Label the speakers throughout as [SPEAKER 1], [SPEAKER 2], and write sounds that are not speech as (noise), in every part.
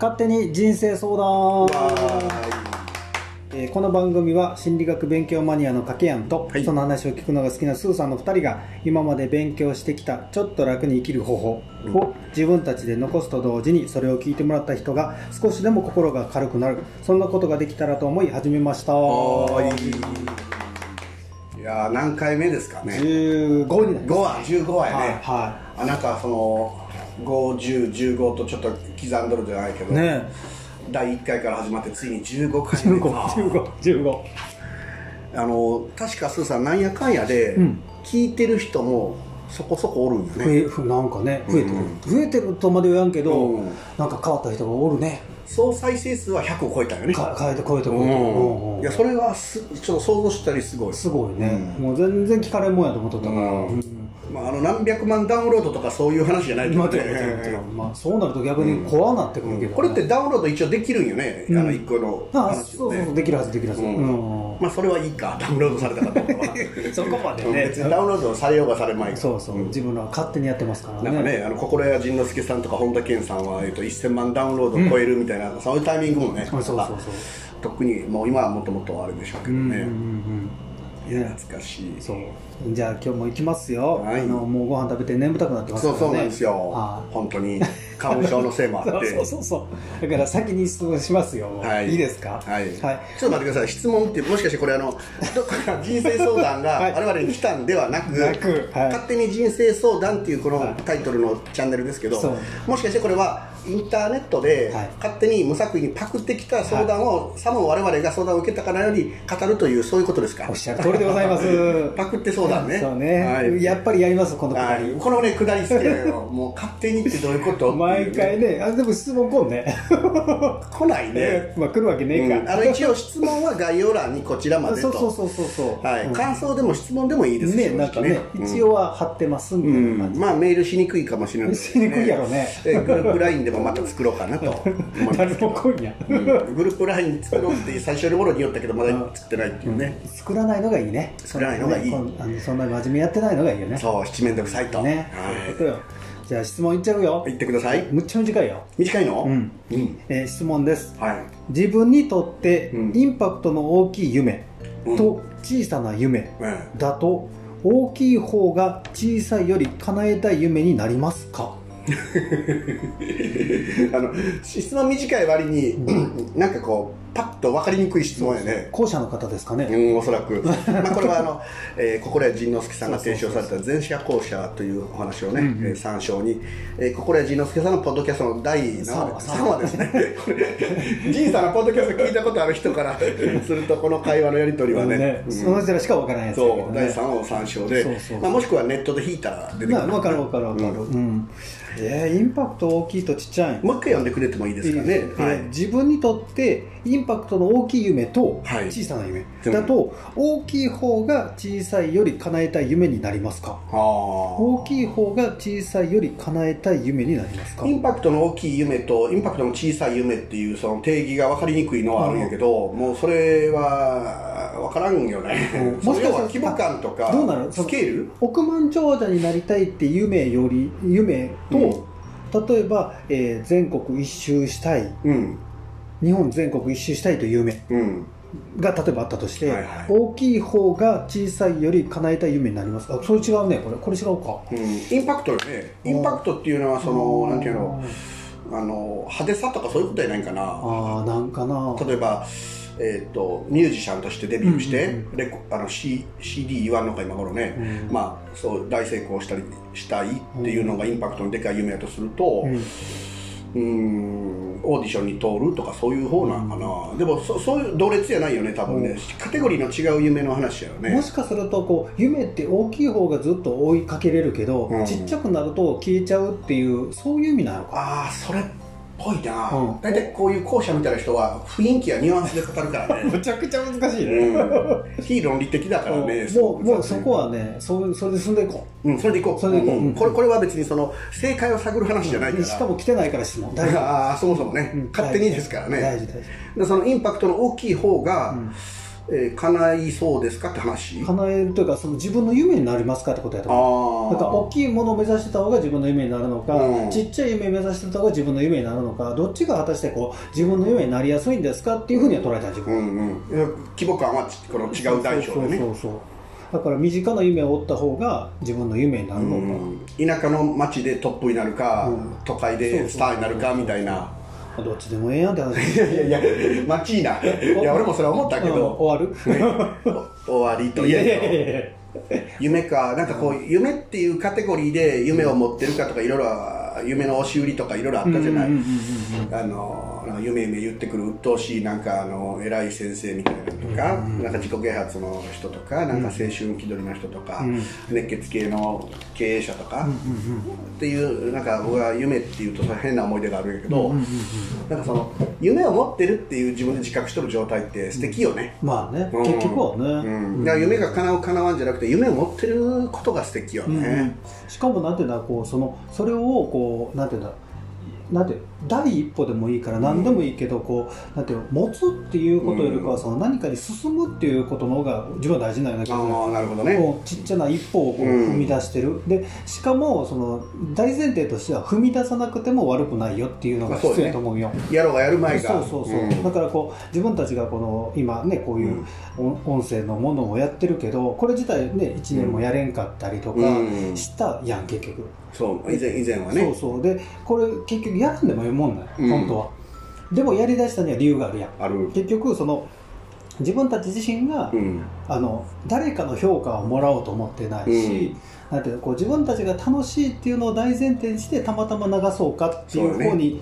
[SPEAKER 1] 勝手に人生相談、えーこの番組は心理学勉強マニアのかけやんと、
[SPEAKER 2] はい
[SPEAKER 1] その話を聞くのが好きなスーさんの2人が今まで勉強してきたちょっと楽に生きる方法を自分たちで残すと同時にそれを聞いてもらった人が少しでも心が軽くなるそんなことができたらと思い始めました
[SPEAKER 2] いやー何回目ですかね
[SPEAKER 1] 15になりま
[SPEAKER 2] 5話15話
[SPEAKER 1] す
[SPEAKER 2] や
[SPEAKER 1] はい、
[SPEAKER 2] ね
[SPEAKER 1] は
[SPEAKER 2] あなんかその51015とちょっと刻んどるじゃないけど
[SPEAKER 1] い、ね
[SPEAKER 2] 第1回から始まってついに15
[SPEAKER 1] え
[SPEAKER 2] 回目か
[SPEAKER 1] 1515
[SPEAKER 2] あの確かスーさんなんやかんやで、
[SPEAKER 1] うん
[SPEAKER 2] 聞いてる人もそこそこおるんよ
[SPEAKER 1] 増
[SPEAKER 2] ね
[SPEAKER 1] えふなんかね増えてる、
[SPEAKER 2] うん
[SPEAKER 1] 増えてるとまでは言わんけど、
[SPEAKER 2] うん
[SPEAKER 1] なんか変わった人がおるね
[SPEAKER 2] 総再生数は100を超えたよね
[SPEAKER 1] か変えて超えて超えて
[SPEAKER 2] う
[SPEAKER 1] うんうん
[SPEAKER 2] んいやそれはすちょっと想像したりすごい
[SPEAKER 1] すごいね、
[SPEAKER 2] うん
[SPEAKER 1] もう全然聞かれんもんやと思っとったから、
[SPEAKER 2] うん
[SPEAKER 1] うん
[SPEAKER 2] まあ、あの何百万ダウンロードとかそういう話じゃない
[SPEAKER 1] 今と
[SPEAKER 2] ね
[SPEAKER 1] やってるまあそうなると逆に怖なってくるけどね、
[SPEAKER 2] これってダウンロード一応できるんよね、
[SPEAKER 1] うん
[SPEAKER 2] あの一個の
[SPEAKER 1] あ
[SPEAKER 2] 話
[SPEAKER 1] そ
[SPEAKER 2] を
[SPEAKER 1] う
[SPEAKER 2] ね
[SPEAKER 1] そうそうできるはずできるはず、
[SPEAKER 2] うん
[SPEAKER 1] うん
[SPEAKER 2] まあそれはいいかダウンロードされたかどうか
[SPEAKER 1] (laughs)
[SPEAKER 2] は
[SPEAKER 1] そこまで
[SPEAKER 2] うん別にダウンロードされようがされまいが
[SPEAKER 1] そうそう、
[SPEAKER 2] ん
[SPEAKER 1] 自分らは勝手にやってますからね
[SPEAKER 2] なんかね、あの心谷仁之助さんとか本田健さんは、えっと、1000万ダウンロードを超えるみたいな、そういうタイミングもね、
[SPEAKER 1] そうそうそう
[SPEAKER 2] 特にもう今はもっともっとあれでしょうけ
[SPEAKER 1] う
[SPEAKER 2] ど
[SPEAKER 1] んうん
[SPEAKER 2] ね、
[SPEAKER 1] うんうん
[SPEAKER 2] い
[SPEAKER 1] い
[SPEAKER 2] や
[SPEAKER 1] や
[SPEAKER 2] 懐かしい
[SPEAKER 1] そうじゃあ今日も行きますよ、
[SPEAKER 2] はい
[SPEAKER 1] あのもうご飯食べて眠たくなってます
[SPEAKER 2] そ
[SPEAKER 1] か
[SPEAKER 2] う
[SPEAKER 1] らね
[SPEAKER 2] そうなんですよ、
[SPEAKER 1] はい
[SPEAKER 2] 本当に花粉症のせいもあって
[SPEAKER 1] (laughs) そうそうそうだから先に質問しますよ、もう
[SPEAKER 2] はい
[SPEAKER 1] いいですか
[SPEAKER 2] はい、
[SPEAKER 1] はい
[SPEAKER 2] ちょっと待ってください質問ってもしかしてこれ
[SPEAKER 1] (laughs)
[SPEAKER 2] あのどこか人生相談が
[SPEAKER 1] はい
[SPEAKER 2] 我々に来たんではなく,、
[SPEAKER 1] なくはい
[SPEAKER 2] 勝手に人生相談っていうこ
[SPEAKER 1] はい
[SPEAKER 2] のタイトルのチャンネルですけど、
[SPEAKER 1] そう
[SPEAKER 2] もしかしてこれはインターネットで
[SPEAKER 1] はい
[SPEAKER 2] 勝手に無作為にパクってきた相談を、さも我々が相談を受けたからより語るというそういうことですか
[SPEAKER 1] おっしゃる通りでございます
[SPEAKER 2] パクって相談ね
[SPEAKER 1] そうね、
[SPEAKER 2] はい
[SPEAKER 1] やっぱりやりますこのくだ
[SPEAKER 2] は
[SPEAKER 1] り
[SPEAKER 2] い、このね下り好きなの (laughs) もう勝手にってどういうこと
[SPEAKER 1] 毎回ねあでも質問来んね
[SPEAKER 2] 来ないね、
[SPEAKER 1] (laughs) まあ来るわけねえか、
[SPEAKER 2] うんあの一応質問は概要欄にこちらまで
[SPEAKER 1] そ
[SPEAKER 2] と
[SPEAKER 1] うそうそうそうそう
[SPEAKER 2] はい、
[SPEAKER 1] うん
[SPEAKER 2] 感想でも質問でもいいです
[SPEAKER 1] ね
[SPEAKER 2] 正直
[SPEAKER 1] なんかね、一応は貼ってますみ
[SPEAKER 2] う
[SPEAKER 1] たい
[SPEAKER 2] ん
[SPEAKER 1] な感じ、
[SPEAKER 2] まあメールしにくいかもしれないです
[SPEAKER 1] しにくいやろね
[SPEAKER 2] えグループ LINE でもまた作ろうかなと思いま
[SPEAKER 1] (laughs) 誰
[SPEAKER 2] す
[SPEAKER 1] も
[SPEAKER 2] (laughs)
[SPEAKER 1] 来んや、
[SPEAKER 2] うんグループ LINE 作ろうって最初の頃に言ったけどまだ作ってないっていうね、
[SPEAKER 1] 作らないのがいいね
[SPEAKER 2] 作らないのがいい
[SPEAKER 1] そんなねこんあのそんなに真面目やってないのがいいよね
[SPEAKER 2] そう七面倒くさいと、
[SPEAKER 1] ね、そういうこと
[SPEAKER 2] は
[SPEAKER 1] よじゃあ質問いっちゃうよ
[SPEAKER 2] い、言ってください
[SPEAKER 1] むっちゃ短いよ、
[SPEAKER 2] 短いの
[SPEAKER 1] うん
[SPEAKER 2] うん
[SPEAKER 1] えー質問です
[SPEAKER 2] はい
[SPEAKER 1] 自分にとって
[SPEAKER 2] うん
[SPEAKER 1] インパクトの大きい夢
[SPEAKER 2] うん
[SPEAKER 1] と小さな夢
[SPEAKER 2] うん (laughs)
[SPEAKER 1] だと大きい方が小さいより叶えたい夢になりますか
[SPEAKER 2] あの質問短い割に、なんかこうパッと分かりにくい質問やね
[SPEAKER 1] 後者の方ですか
[SPEAKER 2] う
[SPEAKER 1] ね、
[SPEAKER 2] んおそ
[SPEAKER 1] (laughs)
[SPEAKER 2] らく、まあ、これはあの、えー、心谷仁之助さんが提唱された前者後者というお話をね、
[SPEAKER 1] うんうん
[SPEAKER 2] えー参照に、えー、心谷仁之助さんのポッドキャストの第何話
[SPEAKER 1] 三
[SPEAKER 2] 3話ですね、これ仁さんのポッドキャスト聞いたことある人からすると、この会話のやり取りはね、うん
[SPEAKER 1] その人らしかわからないやつだけ
[SPEAKER 2] そ
[SPEAKER 1] どね
[SPEAKER 2] う第3話を参照で
[SPEAKER 1] そうそうそう
[SPEAKER 2] まあ、もしくはネットで引いたら出てく
[SPEAKER 1] な
[SPEAKER 2] る
[SPEAKER 1] 分かる分かる分かる、
[SPEAKER 2] う
[SPEAKER 1] うんえーインパクト大きいとちっちゃい
[SPEAKER 2] もう一回読んでくれてもいいですかね。
[SPEAKER 1] えー自分にとってインパクトの大きい夢と
[SPEAKER 2] はい
[SPEAKER 1] 小さな夢、
[SPEAKER 2] でも
[SPEAKER 1] だと大きい方が小さいより叶えたい夢になりますか大
[SPEAKER 2] 大
[SPEAKER 1] きい方が小さいより叶えたい夢になりますか
[SPEAKER 2] インパクトの大きい夢とインパクトの小さい夢っていうその定義が分かりにくいのはあるんやけど、もうそれは分からんよね
[SPEAKER 1] う、ん
[SPEAKER 2] も (laughs)
[SPEAKER 1] も
[SPEAKER 2] し
[SPEAKER 1] しかし
[SPEAKER 2] か
[SPEAKER 1] たら
[SPEAKER 2] は規模感とか
[SPEAKER 1] どうなのそ
[SPEAKER 2] ス
[SPEAKER 1] の
[SPEAKER 2] ケール
[SPEAKER 1] 億万長者になりたいって夢より夢と、例えば、えー全国一周したい
[SPEAKER 2] うん
[SPEAKER 1] 日本全国一周したいという夢
[SPEAKER 2] うん
[SPEAKER 1] が例えばあったとして、
[SPEAKER 2] はいはい
[SPEAKER 1] 大きい方が小さいより叶えたい夢になりますかそれ違うねこれこれ違うか
[SPEAKER 2] うん、インパクトよねインパクトっていうのはそのなんていうのあの派手さとかそういうことやないんかな
[SPEAKER 1] ああなんかな
[SPEAKER 2] 例えばえっ、とミュージシャンとしてデビューして、
[SPEAKER 1] うんうん
[SPEAKER 2] レコあの、C、CD 言わんのか今頃ね、
[SPEAKER 1] うん
[SPEAKER 2] まあそう大成功したりしたいっていうのがインパクトのでかい夢やとすると、
[SPEAKER 1] うん
[SPEAKER 2] うーんオーディションに通るとかそういう方なんかな、でもそそういう同列じゃないよね多分ね、
[SPEAKER 1] うん
[SPEAKER 2] カテゴリーの違う夢の話やよね
[SPEAKER 1] もしかするとこう夢って大きい方がずっと追いかけれるけど、
[SPEAKER 2] うん
[SPEAKER 1] ちっちゃくなると消えちゃうっていうそういう意味なの
[SPEAKER 2] (laughs)
[SPEAKER 1] か
[SPEAKER 2] ああそれっぽいな、
[SPEAKER 1] うん
[SPEAKER 2] 大体こういう後者みたいな人は雰囲気やニュアンスで語るからね
[SPEAKER 1] むちゃくちゃ難しい
[SPEAKER 2] (laughs) うん、非論理的だからね、す
[SPEAKER 1] も
[SPEAKER 2] ご
[SPEAKER 1] う
[SPEAKER 2] く
[SPEAKER 1] もうそこはねそうそれで進んでいこ
[SPEAKER 2] うん、それでいこう
[SPEAKER 1] それでいこうん
[SPEAKER 2] んこれこれは別にその正解を探る話じゃないか
[SPEAKER 1] う
[SPEAKER 2] ら、
[SPEAKER 1] しかも来てないから質問大
[SPEAKER 2] (laughs)
[SPEAKER 1] 丈
[SPEAKER 2] ああそもそもね、
[SPEAKER 1] 夫うん
[SPEAKER 2] 勝手にですからね
[SPEAKER 1] 大事大事
[SPEAKER 2] でそのインパクトの大きい方が、
[SPEAKER 1] ん
[SPEAKER 2] えー叶いそうですかって話あ
[SPEAKER 1] 叶えるというかその自分の夢になりますかってことやと思う
[SPEAKER 2] あ
[SPEAKER 1] なんか大きいものを目指してた方が自分の夢になるのか、
[SPEAKER 2] うん
[SPEAKER 1] ちっちゃい夢を目指してた方が自分の夢になるのかどっちが果たしてこう自分の夢になりやすいんですかっていうふうには捉えた自分、
[SPEAKER 2] うんうんいや、規模感はちこの違う大小で
[SPEAKER 1] そうそ
[SPEAKER 2] ね
[SPEAKER 1] うそうそうだから身近な夢を追った方が自分の夢にな
[SPEAKER 2] う
[SPEAKER 1] るのか、
[SPEAKER 2] ん田舎の町でトップになるか、
[SPEAKER 1] うん
[SPEAKER 2] 都会でスターになるかみたいな
[SPEAKER 1] まあどっちでもええやんって話
[SPEAKER 2] (laughs) いやいやいや町いいないや俺もそれは思ったけ
[SPEAKER 1] うん
[SPEAKER 2] ど、
[SPEAKER 1] 終わる
[SPEAKER 2] お (laughs) 終わりと
[SPEAKER 1] い
[SPEAKER 2] 言
[SPEAKER 1] やい
[SPEAKER 2] え
[SPEAKER 1] や
[SPEAKER 2] と
[SPEAKER 1] いやい
[SPEAKER 2] 夢かなんかこう夢っていうカテゴリーで夢を持ってるかとかいろいろ夢の押し売りとかいろいろあっ
[SPEAKER 1] や
[SPEAKER 2] たじゃない、
[SPEAKER 1] うんうんうん
[SPEAKER 2] あのなんか夢夢言ってくる鬱陶しいなんかあの偉い先生みたいなのとか、なんか自己啓発の人とかなんか青春気取りの人とか、
[SPEAKER 1] うん
[SPEAKER 2] 熱血系の経営者とか、
[SPEAKER 1] うんうん
[SPEAKER 2] っていうなんか僕は夢っていうと変な思い出があるんやけど、
[SPEAKER 1] うんうんうん
[SPEAKER 2] なんかその夢を持ってるっていう自分で自覚しとる状態って素敵よね、
[SPEAKER 1] まあね、
[SPEAKER 2] うん
[SPEAKER 1] 結局はね、
[SPEAKER 2] うん、だから夢が叶う叶わんじゃなくて夢を持ってることが素敵よ
[SPEAKER 1] うんうん
[SPEAKER 2] ね、
[SPEAKER 1] しかもなんていうんだこうそのそれをこうなんていうんだなんていう第一歩でもいいから何でもいいけど、こうなんていうの持つっていうことよりかは、
[SPEAKER 2] うん
[SPEAKER 1] その何かに進むっていうことの方が自分は大事なような気がする
[SPEAKER 2] ああなるほどね
[SPEAKER 1] こうちっちゃな一歩をこう
[SPEAKER 2] うん
[SPEAKER 1] 踏み出してる、でしかもその大前提としては踏み出さなくても悪くないよっていうのが必要やと思うよ。
[SPEAKER 2] やろうがやる前が
[SPEAKER 1] そうそうそう、
[SPEAKER 2] ん
[SPEAKER 1] だからこう自分たちがこの今ねこういう音音声のものをやってるけどこれ自体ね1年もやれんかったりとか
[SPEAKER 2] うん
[SPEAKER 1] したやん結局、
[SPEAKER 2] そう以前以前
[SPEAKER 1] そ
[SPEAKER 2] は
[SPEAKER 1] う
[SPEAKER 2] ね
[SPEAKER 1] そうでこれ結局やらんでもいいもんなん、
[SPEAKER 2] うん
[SPEAKER 1] 本当はでもやりだしたには理由があるやん
[SPEAKER 2] ある
[SPEAKER 1] 結局その自分たち自身が、
[SPEAKER 2] うん
[SPEAKER 1] あの誰かの評価をもらおうと思ってないし、なんていうのこう自分たちが楽しいっていうのを大前提にしてたまたま流そうかっていう
[SPEAKER 2] そうだ
[SPEAKER 1] 方
[SPEAKER 2] ね
[SPEAKER 1] に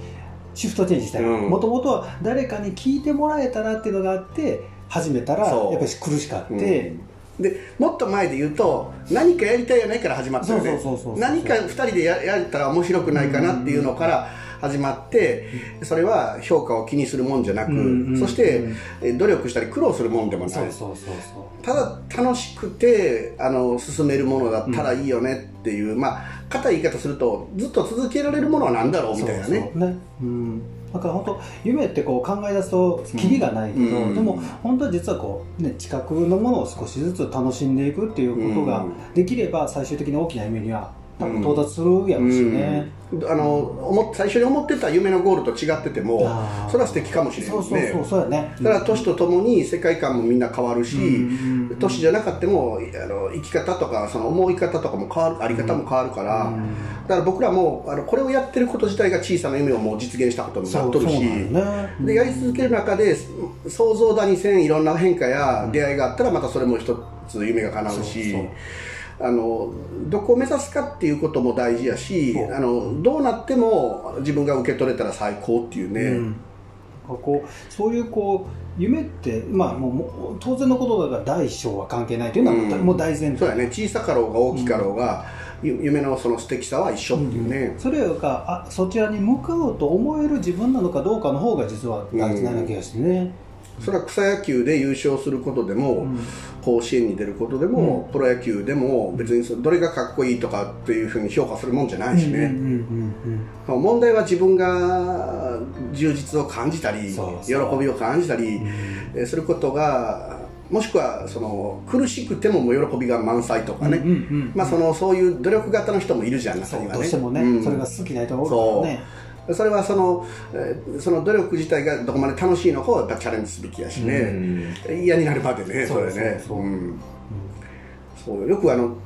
[SPEAKER 1] シフトチェンジしたい
[SPEAKER 2] うん
[SPEAKER 1] もともとは誰かに聞いてもらえたらっていうのがあって始めたらや
[SPEAKER 2] そう
[SPEAKER 1] っぱり苦しかって、
[SPEAKER 2] うんでもっと前で言うと何かやりたいやないから始まったよね
[SPEAKER 1] そうそうそうそう
[SPEAKER 2] 何か2人でややったら面白くないかなっていうのから始まってそれは評価を気にするもんじゃなく、
[SPEAKER 1] うん
[SPEAKER 2] そして、
[SPEAKER 1] うん
[SPEAKER 2] え努力したり苦労するもんでもない
[SPEAKER 1] そうそうそうそう
[SPEAKER 2] ただ楽しくてあの進めるものだったらいいよねっていう、まあ硬い言い方するとずっと続けられるものは何だろうみたいなね
[SPEAKER 1] そうそうねうん、だから本当夢ってこう考え出すとキリがないけど、
[SPEAKER 2] うん
[SPEAKER 1] でも本当は実はこう、ね、近くのものを少しずつ楽しんでいくっていうことが
[SPEAKER 2] うん
[SPEAKER 1] できれば最終的に大きな夢には多分
[SPEAKER 2] うん
[SPEAKER 1] 到達するやろうしね、
[SPEAKER 2] うんあの思っ最初に思ってた夢のゴールと違ってても
[SPEAKER 1] あー
[SPEAKER 2] それは素敵かもしれない
[SPEAKER 1] そ
[SPEAKER 2] で
[SPEAKER 1] う
[SPEAKER 2] す
[SPEAKER 1] そうそ
[SPEAKER 2] ね
[SPEAKER 1] うそうやね
[SPEAKER 2] だから年とともに世界観もみんな変わるし、
[SPEAKER 1] うん
[SPEAKER 2] 年じゃなかってもあの生き方とかその思い方とかも変わるあり方も変わるから、
[SPEAKER 1] うん
[SPEAKER 2] だから僕らもあのこれをやってること自体が小さな夢をもう実現したことになっとるし、
[SPEAKER 1] なんよ
[SPEAKER 2] でやり続ける中で想像だにせんいろんな変化や出会いがあったらまたそれも一つ夢が叶うし。
[SPEAKER 1] そうそう
[SPEAKER 2] あのどこを目指すかっていうことも大事やし
[SPEAKER 1] そう
[SPEAKER 2] あのどうなっても自分が受け取れたら最高っていうね、
[SPEAKER 1] うん、こうそういうこう夢って、まあ、もうもう当然のことだから大小は関係ないというのは、
[SPEAKER 2] うん
[SPEAKER 1] もう大前提
[SPEAKER 2] そうやね小さかろうが大きかろうが、ゆ夢のその素敵さは一緒っていうね、
[SPEAKER 1] それがあそちらに向かうと思える自分なのかどうかの方が実は大事なような気がしてね、
[SPEAKER 2] それは草野球で優勝することでも、
[SPEAKER 1] ん
[SPEAKER 2] 甲子園に出ることでも、プロ野球でも別にそどれがかっこいいとかっていうふうに評価するもんじゃないし
[SPEAKER 1] うん
[SPEAKER 2] ね、
[SPEAKER 1] うん
[SPEAKER 2] 問題は自分が充実を感じたり
[SPEAKER 1] そうそう
[SPEAKER 2] 喜びを感じたり、えーすることがもしくはその苦しくても喜びが満載とかね、
[SPEAKER 1] うんうんうん
[SPEAKER 2] まあ、そのそういう努力型の人もいるじゃん中
[SPEAKER 1] そ
[SPEAKER 2] に
[SPEAKER 1] う
[SPEAKER 2] は
[SPEAKER 1] どうしてもね、
[SPEAKER 2] うん
[SPEAKER 1] それが好きな人が
[SPEAKER 2] そ
[SPEAKER 1] 多
[SPEAKER 2] う
[SPEAKER 1] いからね
[SPEAKER 2] それはその,、えーその努力自体がどこまで楽しいのかをやっぱチャレンジすべきやしね、嫌になるまでねそ
[SPEAKER 1] そう
[SPEAKER 2] れね
[SPEAKER 1] そうそう
[SPEAKER 2] うんそうよよくあの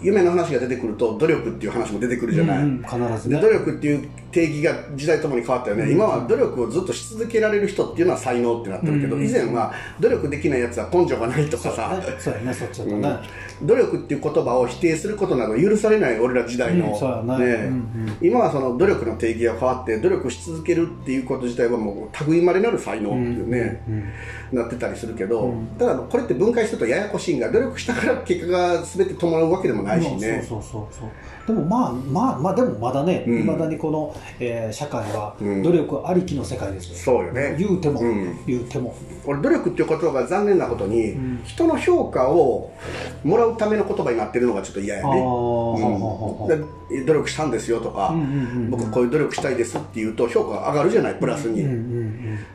[SPEAKER 2] 夢の話が出てくると努力っていう話も出てくるじゃない、
[SPEAKER 1] うんうん必ず
[SPEAKER 2] で
[SPEAKER 1] ね
[SPEAKER 2] 努力っていう定義が時代ともに変わったよね、今は努力をずっとし続けられる人っていうのは才能ってなってるけど、
[SPEAKER 1] うん
[SPEAKER 2] 以前は努力できないやつは根性がないとかさ、
[SPEAKER 1] そうやねそっちだと
[SPEAKER 2] うん
[SPEAKER 1] ね、
[SPEAKER 2] 努力っていう言葉を否定することなど許されない俺ら時代の、
[SPEAKER 1] うんそうやな
[SPEAKER 2] ね
[SPEAKER 1] うんうん
[SPEAKER 2] 今はその努力の定義が変わって努力し続けるっていうこと自体はもう類まれなる才能っていうね、なってたりするけど、ただこれって分解するとややこしいんが努力したから結果が全て伴うわけでもないしね。
[SPEAKER 1] そうそうそうそうでもまあまあまあでもまだねい
[SPEAKER 2] うん
[SPEAKER 1] ま、未だにこの、えー社会は
[SPEAKER 2] うん
[SPEAKER 1] 努力ありきの世界ですよ、
[SPEAKER 2] そうよね
[SPEAKER 1] 言うても、
[SPEAKER 2] うん
[SPEAKER 1] 言うても
[SPEAKER 2] 俺努力っていう言葉が残念なことに、人の評価をもらうための言葉になってるのがちょっと嫌やね、
[SPEAKER 1] あーほうほうほう
[SPEAKER 2] うんで努力したんですよとか、
[SPEAKER 1] うんうんうんうん
[SPEAKER 2] 僕こういう努力したいですって言うと評価が上がるじゃないプラスに、
[SPEAKER 1] うんうん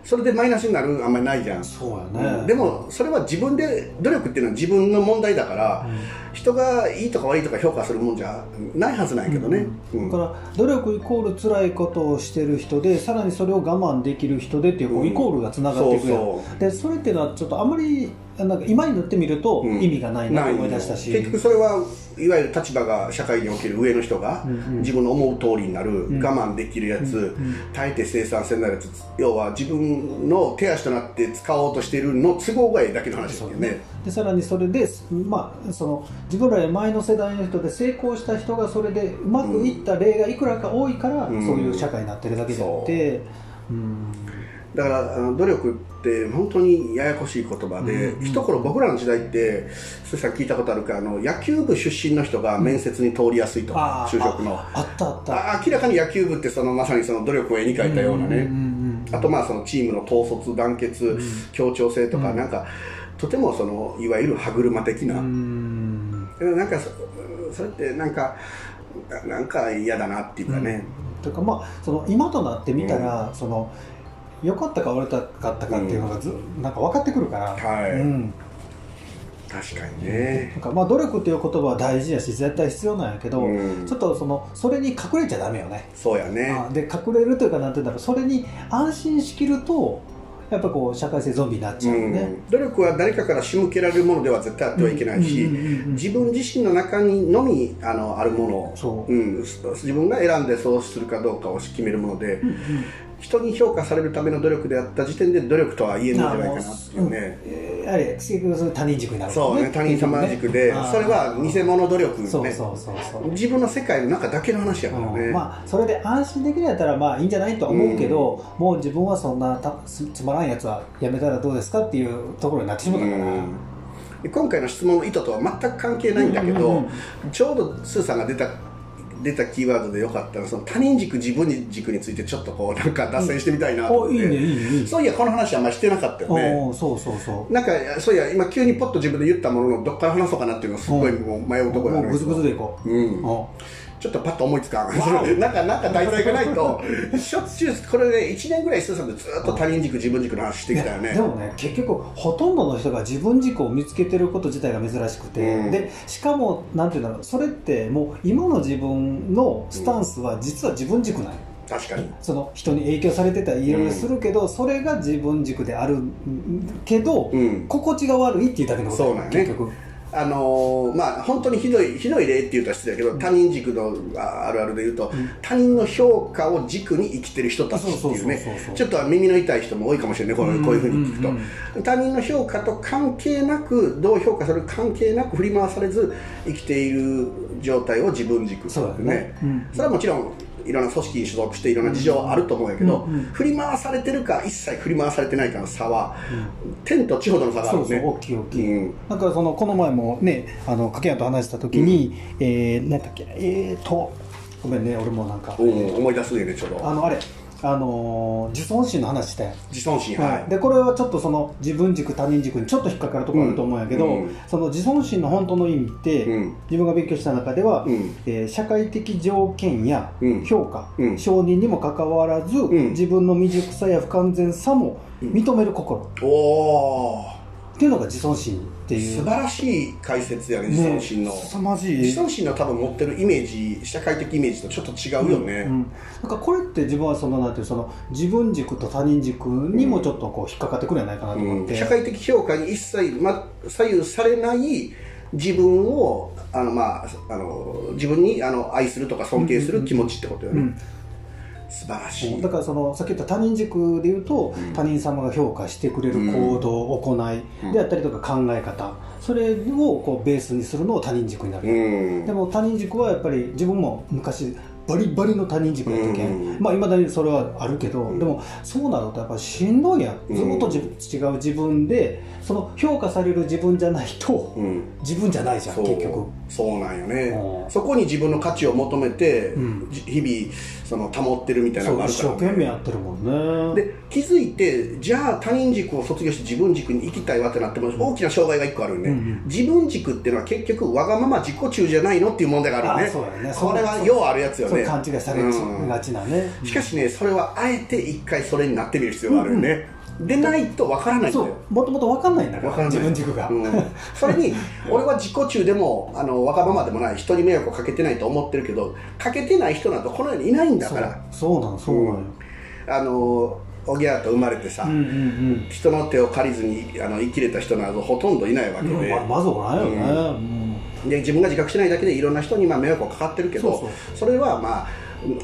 [SPEAKER 2] それでマイナスになるあんまりないじゃん
[SPEAKER 1] そうやね
[SPEAKER 2] でもそれは自分で努力っていうのは自分の問題だから、人がいいとか悪いとか評価するもんじゃないはずなんやけどね、うん
[SPEAKER 1] だから努力イコール辛いことをしてる人でさらにそれを我慢できる人でっていうこう
[SPEAKER 2] うん
[SPEAKER 1] イコールがつながっていくやん
[SPEAKER 2] そう
[SPEAKER 1] でそれっていうのはちょっとあまりなんか今になってみると
[SPEAKER 2] うん
[SPEAKER 1] 意味がないなと
[SPEAKER 2] ない
[SPEAKER 1] 思い出したし、
[SPEAKER 2] 結局それはいわゆる立場が社会における上の人が
[SPEAKER 1] うんうん
[SPEAKER 2] 自分の思う通りになる、
[SPEAKER 1] ん
[SPEAKER 2] 我慢できるやつ、
[SPEAKER 1] ん
[SPEAKER 2] 耐えて生産性のあるやつ要は自分の手足となって使おうとしているの都合がいいだけの話ですよね
[SPEAKER 1] でさらにそれで、まあ、その自分らより前の世代の人で成功した人がそれでうまくいった例がいくらか多いから、
[SPEAKER 2] うん
[SPEAKER 1] そういう社会になってるだけであって、うん
[SPEAKER 2] だからあの努力って本当にややこしい言葉で、
[SPEAKER 1] うんうん
[SPEAKER 2] 一頃僕らの時代ってそれさん聞いたことあるかあの野球部出身の人が面接に通りやすいとか、
[SPEAKER 1] あー
[SPEAKER 2] 就職の
[SPEAKER 1] ああったあった
[SPEAKER 2] あー明らかに野球部ってそのまさにその努力を絵に描いたような
[SPEAKER 1] ん
[SPEAKER 2] ね、
[SPEAKER 1] んうん
[SPEAKER 2] あとまあそのチームの統率団結、協調性とか、
[SPEAKER 1] うん
[SPEAKER 2] なんかとてもそのいわゆる歯車的な、
[SPEAKER 1] うん
[SPEAKER 2] なんかそそれってなんかなんか嫌だなっていうかね、
[SPEAKER 1] というかまあその今となってみたら、その良かったか悪かったかっていうのがず、なんか分かってくるから、
[SPEAKER 2] はい
[SPEAKER 1] うん、
[SPEAKER 2] 確かにね
[SPEAKER 1] なんかまあ努力っていう言葉は大事やし絶対必要なんやけど、
[SPEAKER 2] うん
[SPEAKER 1] ちょっとそのそれに隠れちゃダメよね
[SPEAKER 2] そうやね
[SPEAKER 1] あで隠れるというかなんて言うんだろうそれに安心しきるとやっぱこう社会性ゾンビになっちゃうよね、
[SPEAKER 2] うん、努力は誰かから仕向けられるものでは絶対あってはいけないし、
[SPEAKER 1] うんうんうんうん
[SPEAKER 2] 自分自身の中にのみあのあるもの
[SPEAKER 1] そう
[SPEAKER 2] うん、す自分が選んでそうするかどうかを決めるもので、人に評価されるための努力であった時点で努力とは言えないんじゃないかなっていうね。
[SPEAKER 1] えーやはり結局それ他人軸になる
[SPEAKER 2] そうね、他人様軸で、
[SPEAKER 1] あー
[SPEAKER 2] それは偽物努力ね
[SPEAKER 1] そうそうそうそう
[SPEAKER 2] 自分の世界の中だけの話やからね、
[SPEAKER 1] うんまあ、それで安心できるんやったらまあいいんじゃないとは思うけど、もう自分はそんなたつつまらんやつはやめたらどうですかっていうところになってしまったから、
[SPEAKER 2] うんで今回の質問の意図とは全く関係ないんだけど、
[SPEAKER 1] うんうん
[SPEAKER 2] ちょうどスーさんが出た出たキーワードでよかったのはその他人軸自分軸についてちょっとこうなんか脱線してみたいなと思
[SPEAKER 1] お
[SPEAKER 2] っ
[SPEAKER 1] いい
[SPEAKER 2] て、
[SPEAKER 1] ねいいねいいね
[SPEAKER 2] そういやこの話あんまりしてなかったよね
[SPEAKER 1] おーそうそうそ
[SPEAKER 2] なんかそういや今急にポッと自分で言ったもののどっから話そうかなっていうのがすごいもう迷
[SPEAKER 1] う
[SPEAKER 2] うところ
[SPEAKER 1] も
[SPEAKER 2] な
[SPEAKER 1] うんグ
[SPEAKER 2] で
[SPEAKER 1] ズ
[SPEAKER 2] す
[SPEAKER 1] グズでいこう、
[SPEAKER 2] うん、
[SPEAKER 1] お
[SPEAKER 2] ちょっとパッと思いつかんなんかなんか題材がないとしょっちゅうこれで、ね、1年ぐらいスーさんでずっと他人軸自分軸の話してきたよね
[SPEAKER 1] でもね結局ほとんどの人が自分軸を見つけてること自体が珍しくて、
[SPEAKER 2] うん
[SPEAKER 1] でしかもなんていうんだろうそれってもう今の自分のスタンスは実は自分軸ない、
[SPEAKER 2] 確かに
[SPEAKER 1] その人に影響されてたりいろいろするけど、それが自分軸であるけど、
[SPEAKER 2] うん
[SPEAKER 1] 心地が悪いっていうだけのこと
[SPEAKER 2] そうなんやね
[SPEAKER 1] 結局
[SPEAKER 2] あのーまあ本当にひどいひどい例って言うと失礼だけど他人軸のああるあるで言うと、他人の評価を軸に生きてる人たちって
[SPEAKER 1] そう
[SPEAKER 2] い
[SPEAKER 1] そううそうそう
[SPEAKER 2] ね
[SPEAKER 1] そう
[SPEAKER 2] ちょっと耳の痛い人も多いかもしれないこ
[SPEAKER 1] う
[SPEAKER 2] うんこういうふうに聞くと、
[SPEAKER 1] うん
[SPEAKER 2] 他人の評価と関係なくどう評価される関係なく振り回されず生きている状態を自分軸
[SPEAKER 1] そうだねうん
[SPEAKER 2] それはもちろんいろんな組織に所属していろんな事情はあると思うんやけど、
[SPEAKER 1] うんうん
[SPEAKER 2] 振り回されてるか一切振り回されてないかの差は、天と地ほどの差がある
[SPEAKER 1] そ
[SPEAKER 2] ね
[SPEAKER 1] うそう大きい大きい、
[SPEAKER 2] うん
[SPEAKER 1] なんかそのこの前もねあの掛谷と話した時に、えー、なんだっけえーとごめんね俺もなんか
[SPEAKER 2] おー思い出すねちょうど
[SPEAKER 1] あのあれあのー自尊心の話したやん
[SPEAKER 2] 自尊心はい、
[SPEAKER 1] でこれはちょっとその自分軸他人軸にちょっと引っかかるところあると思うんやけど、
[SPEAKER 2] うん
[SPEAKER 1] その自尊心の本当の意味って、
[SPEAKER 2] うん
[SPEAKER 1] 自分が勉強した中では、
[SPEAKER 2] うん
[SPEAKER 1] えー社会的条件や
[SPEAKER 2] うん
[SPEAKER 1] 評価、
[SPEAKER 2] うん
[SPEAKER 1] 承認にもかかわらず、
[SPEAKER 2] ん
[SPEAKER 1] 自分の未熟さや不完全さも認める心、っ
[SPEAKER 2] おお
[SPEAKER 1] ていうのが自尊心っていう
[SPEAKER 2] 素晴らしい解説やね自尊心の、
[SPEAKER 1] ね凄まじい
[SPEAKER 2] 自尊心の多分持ってるイメージ社会的イメージとちょっと違うよね、
[SPEAKER 1] うん、なんかこれって自分はそのなんていうその自分軸と他人軸にもちょっとこう引っかかってくるんじゃないかなと思っ
[SPEAKER 2] うん
[SPEAKER 1] て、
[SPEAKER 2] 社会的評価に一切、ま、左右されない自分をあの、まあ、あの自分にあの愛するとか尊敬する気持ちってことよね、
[SPEAKER 1] うん
[SPEAKER 2] 素晴らしい、
[SPEAKER 1] だからそのさっき言った他人軸でいうと、他人様が評価してくれる行動、行いであったりとか考え方それをこうベースにするのを他人軸になる、
[SPEAKER 2] うん
[SPEAKER 1] でも他人軸はやっぱり自分も昔バリバリの他人軸やったけん、
[SPEAKER 2] うん
[SPEAKER 1] まあいまだにそれはあるけど、でもそうなるとやっぱしんどいやんずっと自分違う自分でその評価される自分じゃないと、
[SPEAKER 2] うん
[SPEAKER 1] 自分じゃないじゃん
[SPEAKER 2] そう
[SPEAKER 1] 結局
[SPEAKER 2] そうなんよ
[SPEAKER 1] う
[SPEAKER 2] ね
[SPEAKER 1] ん
[SPEAKER 2] そこに自分の価値を求めて、
[SPEAKER 1] うん
[SPEAKER 2] じ日々その保ってるみたいな
[SPEAKER 1] そ
[SPEAKER 2] のが
[SPEAKER 1] う
[SPEAKER 2] ある
[SPEAKER 1] 一
[SPEAKER 2] から、
[SPEAKER 1] 生
[SPEAKER 2] ね、
[SPEAKER 1] 懸命やってるもんね
[SPEAKER 2] で気づいてじゃあ他人軸を卒業して自分軸に行きたいわってなっても大きな障害が一個あるよね、
[SPEAKER 1] うんうん
[SPEAKER 2] 自分軸っていうのは結局わがまま自己中じゃないのっていう問題がある
[SPEAKER 1] あそ
[SPEAKER 2] よ
[SPEAKER 1] う
[SPEAKER 2] ね
[SPEAKER 1] やね
[SPEAKER 2] これは
[SPEAKER 1] そう
[SPEAKER 2] ようあるやつよ
[SPEAKER 1] そう
[SPEAKER 2] ね
[SPEAKER 1] 勘違いされち
[SPEAKER 2] うん
[SPEAKER 1] がちなね、うん
[SPEAKER 2] しかしねそれはあえて一回それになってみる必要があるよね、でないとわからないんだ
[SPEAKER 1] そ
[SPEAKER 2] よ
[SPEAKER 1] うもともと分かんないんだか
[SPEAKER 2] わ
[SPEAKER 1] ら
[SPEAKER 2] からない
[SPEAKER 1] 自分軸が、
[SPEAKER 2] うんそれに俺は自己中でもあのわがままでもない人に迷惑をかけてないと思ってるけどかけてない人なんてこの世にいないんだから
[SPEAKER 1] そうそうなのそうなのよ、
[SPEAKER 2] あのおぎゃーと生まれてさ、
[SPEAKER 1] うんうん
[SPEAKER 2] 人の手を借りずにあの生きれた人などほとんどいないわけ
[SPEAKER 1] うん
[SPEAKER 2] で,、
[SPEAKER 1] ままずおらんよね、うん
[SPEAKER 2] で自分が自覚しないだけでいろんな人にまあ迷惑をかかってるけど
[SPEAKER 1] そう
[SPEAKER 2] それはまあ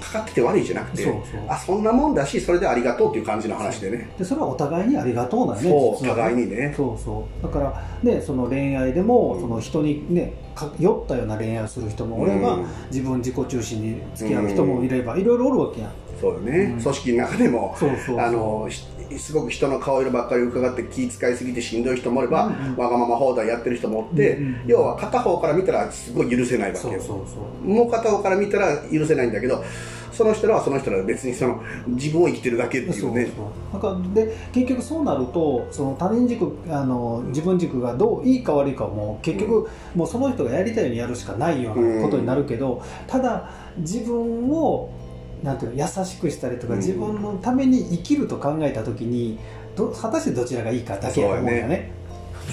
[SPEAKER 2] かかってて悪いじゃなくて
[SPEAKER 1] そうそう
[SPEAKER 2] あそんなもんだしそれでありがとうっていう感じの話でね
[SPEAKER 1] でそれはお互いにありがとうなんよね
[SPEAKER 2] そう
[SPEAKER 1] 実はね
[SPEAKER 2] 互いにね
[SPEAKER 1] そうそうだからねその恋愛でも、
[SPEAKER 2] うん
[SPEAKER 1] その人にねか酔ったような恋愛をする人もおれば、
[SPEAKER 2] うん
[SPEAKER 1] 自分自己中心に付き合う人もいれば、いろいろおるわけやん
[SPEAKER 2] そうよね、
[SPEAKER 1] うん
[SPEAKER 2] 組織の中でも
[SPEAKER 1] そうそうそう
[SPEAKER 2] あのひすごく人の顔色ばっかり伺って気遣いすぎてしんどい人もおれば、
[SPEAKER 1] うんうん
[SPEAKER 2] わがまま放題やってる人もおって、
[SPEAKER 1] うんうんうん
[SPEAKER 2] 要は片方から見たらすごい許せないわけ
[SPEAKER 1] そ
[SPEAKER 2] よ
[SPEAKER 1] うそうそう
[SPEAKER 2] もう片方から見たら許せないんだけどその人らはその人らで別にその自分を生きてるだけってい
[SPEAKER 1] そうう
[SPEAKER 2] ね
[SPEAKER 1] そうなんかで結局そうなるとその他人軸あの自分軸がどういいか悪いかはもう結局、もうその人がやりたいようにやるしかないようなことになるけど、ただ自分をなんていうの優しくしたりとか、
[SPEAKER 2] うん
[SPEAKER 1] 自分のために生きると考えた時にど果たしてどちらがいいかだけやと思うんだよね。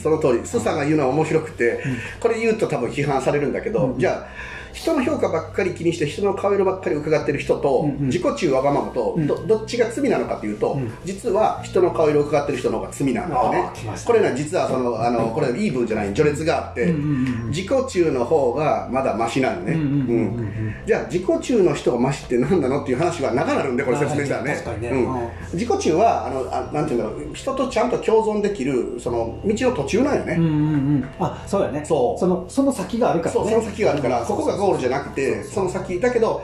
[SPEAKER 2] その通りスーさんが言うのは面白くて、これ言うと多分批判されるんだけど、
[SPEAKER 1] うん
[SPEAKER 2] じゃあ人の評価ばっかり気にして人の顔色ばっかり伺ってる人と、
[SPEAKER 1] うんうん
[SPEAKER 2] 自己中わがままと、
[SPEAKER 1] うん
[SPEAKER 2] どどっちが罪なのかというと、
[SPEAKER 1] うん
[SPEAKER 2] 実は人の顔色を伺ってる人の方が罪なんだよね
[SPEAKER 1] あー来ました
[SPEAKER 2] これね実はそのあのこれイーブンじゃない序列があって、
[SPEAKER 1] うんうんうんうん
[SPEAKER 2] 自己中の方がまだマシなのね、
[SPEAKER 1] うんうんうんうんうん
[SPEAKER 2] じゃあ自己中の人がマシって何なのっていう話は長なるんでこれ説明したらね
[SPEAKER 1] 確かにね
[SPEAKER 2] うん
[SPEAKER 1] うん
[SPEAKER 2] 自己中はあのあなんていうんだろう人とちゃんと共存できるその道の途中なんよね、
[SPEAKER 1] うんうんうん、あそうやね
[SPEAKER 2] そう
[SPEAKER 1] のその先があるからね
[SPEAKER 2] そうその先があるから、ここがゴールじゃなくてその先だけど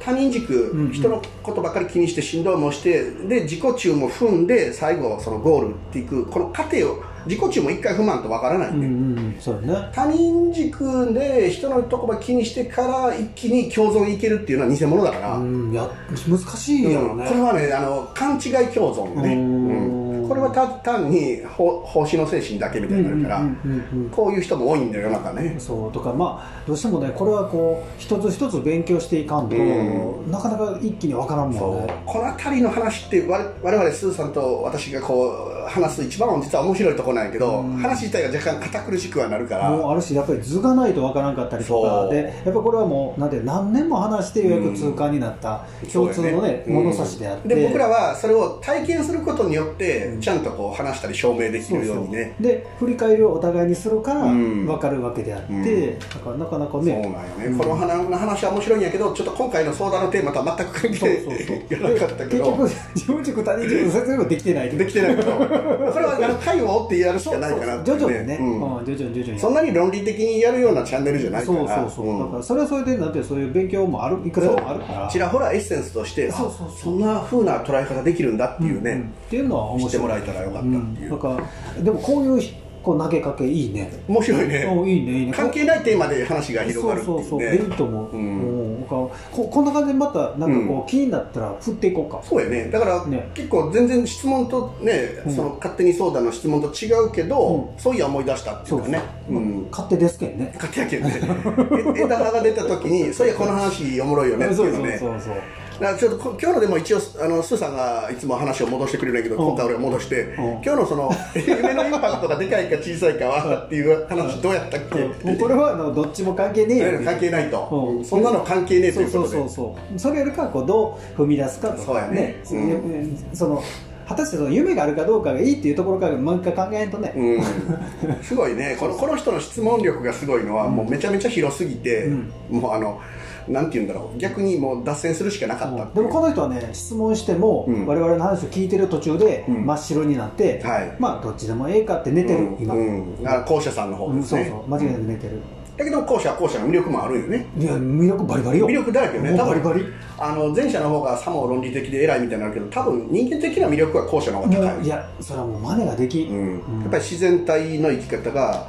[SPEAKER 2] 他人軸、
[SPEAKER 1] うんうん
[SPEAKER 2] 人のことばかり気にしてしんどいもしてで自己中も踏んで最後そのゴールっていくこの過程を自己中も一回踏まんとわからない、
[SPEAKER 1] うんうんうんそうやね
[SPEAKER 2] 他人軸で人のとこばっかり気にしてから一気に共存いけるっていうのは偽物だから、
[SPEAKER 1] うん、いや難しいやろね、
[SPEAKER 2] これはねあの勘違い共存ね、
[SPEAKER 1] うん
[SPEAKER 2] うんこれはた単に法奉仕の精神だけみたいになるから、
[SPEAKER 1] うんうんうんうん
[SPEAKER 2] こういう人も多いんだよ世の中ね
[SPEAKER 1] そうとかまあどうしてもねこれはこう一つ一つ勉強していかんと、
[SPEAKER 2] う
[SPEAKER 1] なかなか一気にわからんもんね
[SPEAKER 2] この辺りの話って我我々スーさんと私がこう話す一番実は面白いとこなんやけど、
[SPEAKER 1] うん
[SPEAKER 2] 話自体が若干堅苦しくはなるから
[SPEAKER 1] もうあるしやっぱり図がないとわからんかったりと
[SPEAKER 2] そ
[SPEAKER 1] か
[SPEAKER 2] う
[SPEAKER 1] でやっぱりこれはもうなんて何年も話してようやく通過になった共通
[SPEAKER 2] そ
[SPEAKER 1] の
[SPEAKER 2] うだよ
[SPEAKER 1] ね
[SPEAKER 2] ね
[SPEAKER 1] 物差しであって、
[SPEAKER 2] で僕らはそれを体験することによってちゃんとこう話したり証明できるようにね
[SPEAKER 1] で振り返りをお互いにするから
[SPEAKER 2] うん
[SPEAKER 1] 分かるわけであって、
[SPEAKER 2] うん
[SPEAKER 1] だからなかなか
[SPEAKER 2] そう
[SPEAKER 1] ね
[SPEAKER 2] なんよね、この話の話は面白いんやけどちょっと今回の相談のテーマとは全く関
[SPEAKER 1] そうそうそう
[SPEAKER 2] (laughs) 係がなかったけど
[SPEAKER 1] 結局 (laughs) 自分軸他人軸説明もできてないけど
[SPEAKER 2] できてないけどこれはあの会話を追ってやるしかないかなって
[SPEAKER 1] 徐
[SPEAKER 2] いう
[SPEAKER 1] 々にね、
[SPEAKER 2] うん
[SPEAKER 1] うん、徐々に徐々に
[SPEAKER 2] そんなに論理的にやるようなチャンネルじゃないか
[SPEAKER 1] そう
[SPEAKER 2] ら
[SPEAKER 1] そうそう、
[SPEAKER 2] うん
[SPEAKER 1] だからそれはそれでなんてそういう勉強もあるいくらでもあるから
[SPEAKER 2] ちらほらエッセンスとして
[SPEAKER 1] そうそうそう
[SPEAKER 2] あそんな風な捉え方できるんだっていうね、
[SPEAKER 1] んっていうのは面
[SPEAKER 2] しても
[SPEAKER 1] 白い
[SPEAKER 2] らえたらよかったっていう、
[SPEAKER 1] うん、だからでもこういうひこう投げかけいいね
[SPEAKER 2] 面白いね
[SPEAKER 1] おいいねいいね
[SPEAKER 2] 関係ないテーマで話が広がるって
[SPEAKER 1] そうそうそう
[SPEAKER 2] い
[SPEAKER 1] いうい
[SPEAKER 2] ね
[SPEAKER 1] と思う、
[SPEAKER 2] うん
[SPEAKER 1] うんだからここんな感じでまたなんかこう、気になったら振っていこうか
[SPEAKER 2] そうやねだから、
[SPEAKER 1] ね
[SPEAKER 2] 結構全然質問とね、
[SPEAKER 1] うん
[SPEAKER 2] その勝手に相談の質問と違うけど、そういや思い出したっていうかね
[SPEAKER 1] まあ
[SPEAKER 2] ん
[SPEAKER 1] 勝手ですけどね
[SPEAKER 2] 勝手やけ
[SPEAKER 1] (laughs)
[SPEAKER 2] どねえ枝葉が出た時にそういやこの話おもろいよねって
[SPEAKER 1] そ
[SPEAKER 2] いううの
[SPEAKER 1] そう
[SPEAKER 2] ね
[SPEAKER 1] そうそう
[SPEAKER 2] だからちょっとこ今日のでも一応あのスーさんがいつも話を戻してくれるんやけど
[SPEAKER 1] うん
[SPEAKER 2] 今回俺は戻して
[SPEAKER 1] ん
[SPEAKER 2] 今日のその (laughs) 夢のインパクトがでかいか小さいかはっていう話どうやったっけ
[SPEAKER 1] もうこれはあのどっちも関係ねえよ
[SPEAKER 2] 関係ない
[SPEAKER 1] う
[SPEAKER 2] と
[SPEAKER 1] ん
[SPEAKER 2] そんなの関係ねえと
[SPEAKER 1] そ
[SPEAKER 2] いうう
[SPEAKER 1] そ
[SPEAKER 2] こ
[SPEAKER 1] う
[SPEAKER 2] とで
[SPEAKER 1] そうそうそれよりかはこうどう踏み出すかと
[SPEAKER 2] そうや
[SPEAKER 1] か
[SPEAKER 2] ね
[SPEAKER 1] そう
[SPEAKER 2] うん
[SPEAKER 1] いうその果たしてその夢があるかどうかがいいっていうところからもう一回考えんとね、
[SPEAKER 2] うんすごいねこのこの人の質問力がすごいのはもうめちゃめちゃ広すぎて
[SPEAKER 1] うん
[SPEAKER 2] もうあのなんて言うんだろう逆にもう脱線するしかなかったって
[SPEAKER 1] で
[SPEAKER 2] いう
[SPEAKER 1] もこの人はね質問しても、
[SPEAKER 2] うん
[SPEAKER 1] 我々の話を聞いてる途中で
[SPEAKER 2] うん
[SPEAKER 1] 真っ白になって、
[SPEAKER 2] はい
[SPEAKER 1] まあどっちでもええかって寝てる、
[SPEAKER 2] うん
[SPEAKER 1] 今、
[SPEAKER 2] うんあ校舎さんの方
[SPEAKER 1] う
[SPEAKER 2] で
[SPEAKER 1] ん
[SPEAKER 2] す
[SPEAKER 1] そう
[SPEAKER 2] ね
[SPEAKER 1] そう間違いなく寝てる、
[SPEAKER 2] だけど後者は後者の魅力もあるよね
[SPEAKER 1] いや魅力バリバリよ
[SPEAKER 2] 魅力だらけよね
[SPEAKER 1] も
[SPEAKER 2] 多
[SPEAKER 1] うバリ
[SPEAKER 2] 分
[SPEAKER 1] バリ
[SPEAKER 2] あの前者の方がさも論理的で偉いみたいになるけど多分人間的な魅力は後者の方が
[SPEAKER 1] も
[SPEAKER 2] 高
[SPEAKER 1] う
[SPEAKER 2] い
[SPEAKER 1] いやそれはもう真似ができん、
[SPEAKER 2] う
[SPEAKER 1] うん
[SPEAKER 2] ん、やっぱり自然体の生き方が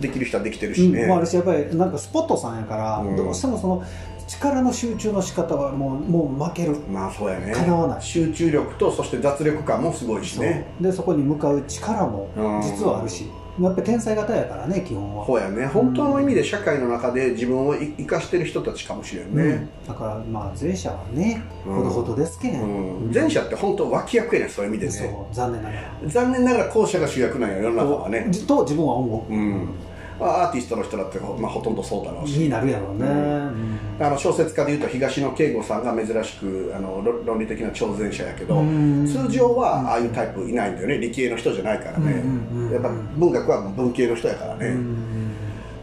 [SPEAKER 2] できる人はできてるしね、
[SPEAKER 1] うんもあるしやっぱりなんかスポットさんやから、
[SPEAKER 2] うん
[SPEAKER 1] どうしてもその力の集中の仕方はもうもう負ける、
[SPEAKER 2] まあそうやね
[SPEAKER 1] 叶わない
[SPEAKER 2] 集中力とそして脱力感もすごいし
[SPEAKER 1] そう
[SPEAKER 2] ね
[SPEAKER 1] でそこに向かう力も
[SPEAKER 2] うん
[SPEAKER 1] 実はあるし、やっぱり天才型やからね基本は、
[SPEAKER 2] そうやね本当の意味で社会の中で自分をい生かしてる人たちかもしれんね、
[SPEAKER 1] うんだからまあ前者はね、
[SPEAKER 2] うん
[SPEAKER 1] ほどほどですけ、
[SPEAKER 2] うんん
[SPEAKER 1] うん
[SPEAKER 2] 前者って本当脇役やねそういう意味で
[SPEAKER 1] そ
[SPEAKER 2] ね
[SPEAKER 1] う残念ながら
[SPEAKER 2] 残念ながら後者が主役なんや世の中はね
[SPEAKER 1] とと自分は思う、
[SPEAKER 2] うんまあアーティストの人だってほ,、まあ、ほとんどそうだろうし
[SPEAKER 1] になるやろうね、
[SPEAKER 2] うん
[SPEAKER 1] うん
[SPEAKER 2] あの小説家でいうと東野圭吾さんが珍しくあの論論理的な超前者やけど、
[SPEAKER 1] うん
[SPEAKER 2] 通常はああいうタイプいないんだよね理系の人じゃないからね、
[SPEAKER 1] うんうんうん
[SPEAKER 2] やっぱ文学は文系の人やからね、
[SPEAKER 1] うん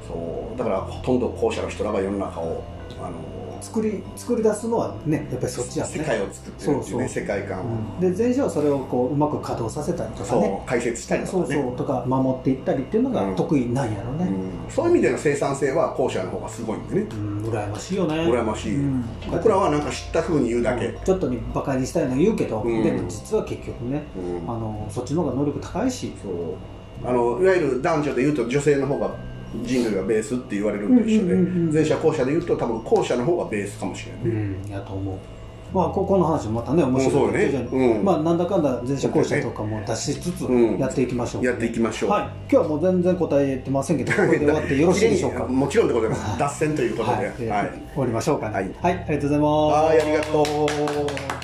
[SPEAKER 2] そうだからほとんど後者の人らが世の中をあの
[SPEAKER 1] 作り作り出すのはねやっぱりそっちやね
[SPEAKER 2] 世界を作ってるっていうね
[SPEAKER 1] そうそう
[SPEAKER 2] 世界観を、
[SPEAKER 1] で前者はそれをこううまく稼働させたりとか
[SPEAKER 2] そう、
[SPEAKER 1] ね
[SPEAKER 2] 解説したりと
[SPEAKER 1] そう
[SPEAKER 2] かね
[SPEAKER 1] そうとか守っていったりっていうの
[SPEAKER 2] う
[SPEAKER 1] が
[SPEAKER 2] ん
[SPEAKER 1] 得意なんやろ
[SPEAKER 2] う
[SPEAKER 1] ね、
[SPEAKER 2] んそういう意味での生産性は後者の方がすごいんでね
[SPEAKER 1] うん羨ましいよね
[SPEAKER 2] 羨ましい、
[SPEAKER 1] うん
[SPEAKER 2] 僕らはなんか知ったふうに言うだけ、
[SPEAKER 1] ちょっとにバカにしたいの言うけど、
[SPEAKER 2] うん
[SPEAKER 1] でも実は結局ね
[SPEAKER 2] うん
[SPEAKER 1] あのそっちの方が能力高いし、
[SPEAKER 2] そうあのいわゆる男女でいうと女性の方が人類がベースって言われるのと一緒で、
[SPEAKER 1] うんうんうんうん
[SPEAKER 2] 前者後者でいうと多分後者の方がベースかもしれない、
[SPEAKER 1] うん、やと思うまあここの話もまたね面
[SPEAKER 2] もうそ
[SPEAKER 1] 白
[SPEAKER 2] う
[SPEAKER 1] い
[SPEAKER 2] よね
[SPEAKER 1] 徐々に
[SPEAKER 2] うん
[SPEAKER 1] まあなんだかんだ前者後者とかも出しつつ
[SPEAKER 2] うん
[SPEAKER 1] やっていきましょう、
[SPEAKER 2] やっていきましょう、
[SPEAKER 1] はい、今日はもう全然答えてませんけど、ここで終わってよろしいで
[SPEAKER 2] (laughs)
[SPEAKER 1] しょうか。
[SPEAKER 2] もちろんでございます脱線ということ
[SPEAKER 1] は
[SPEAKER 2] で、
[SPEAKER 1] い、えー
[SPEAKER 2] はい
[SPEAKER 1] 終わりましょうかね、
[SPEAKER 2] はい
[SPEAKER 1] はい、ありがとうございます。
[SPEAKER 2] はいありがとう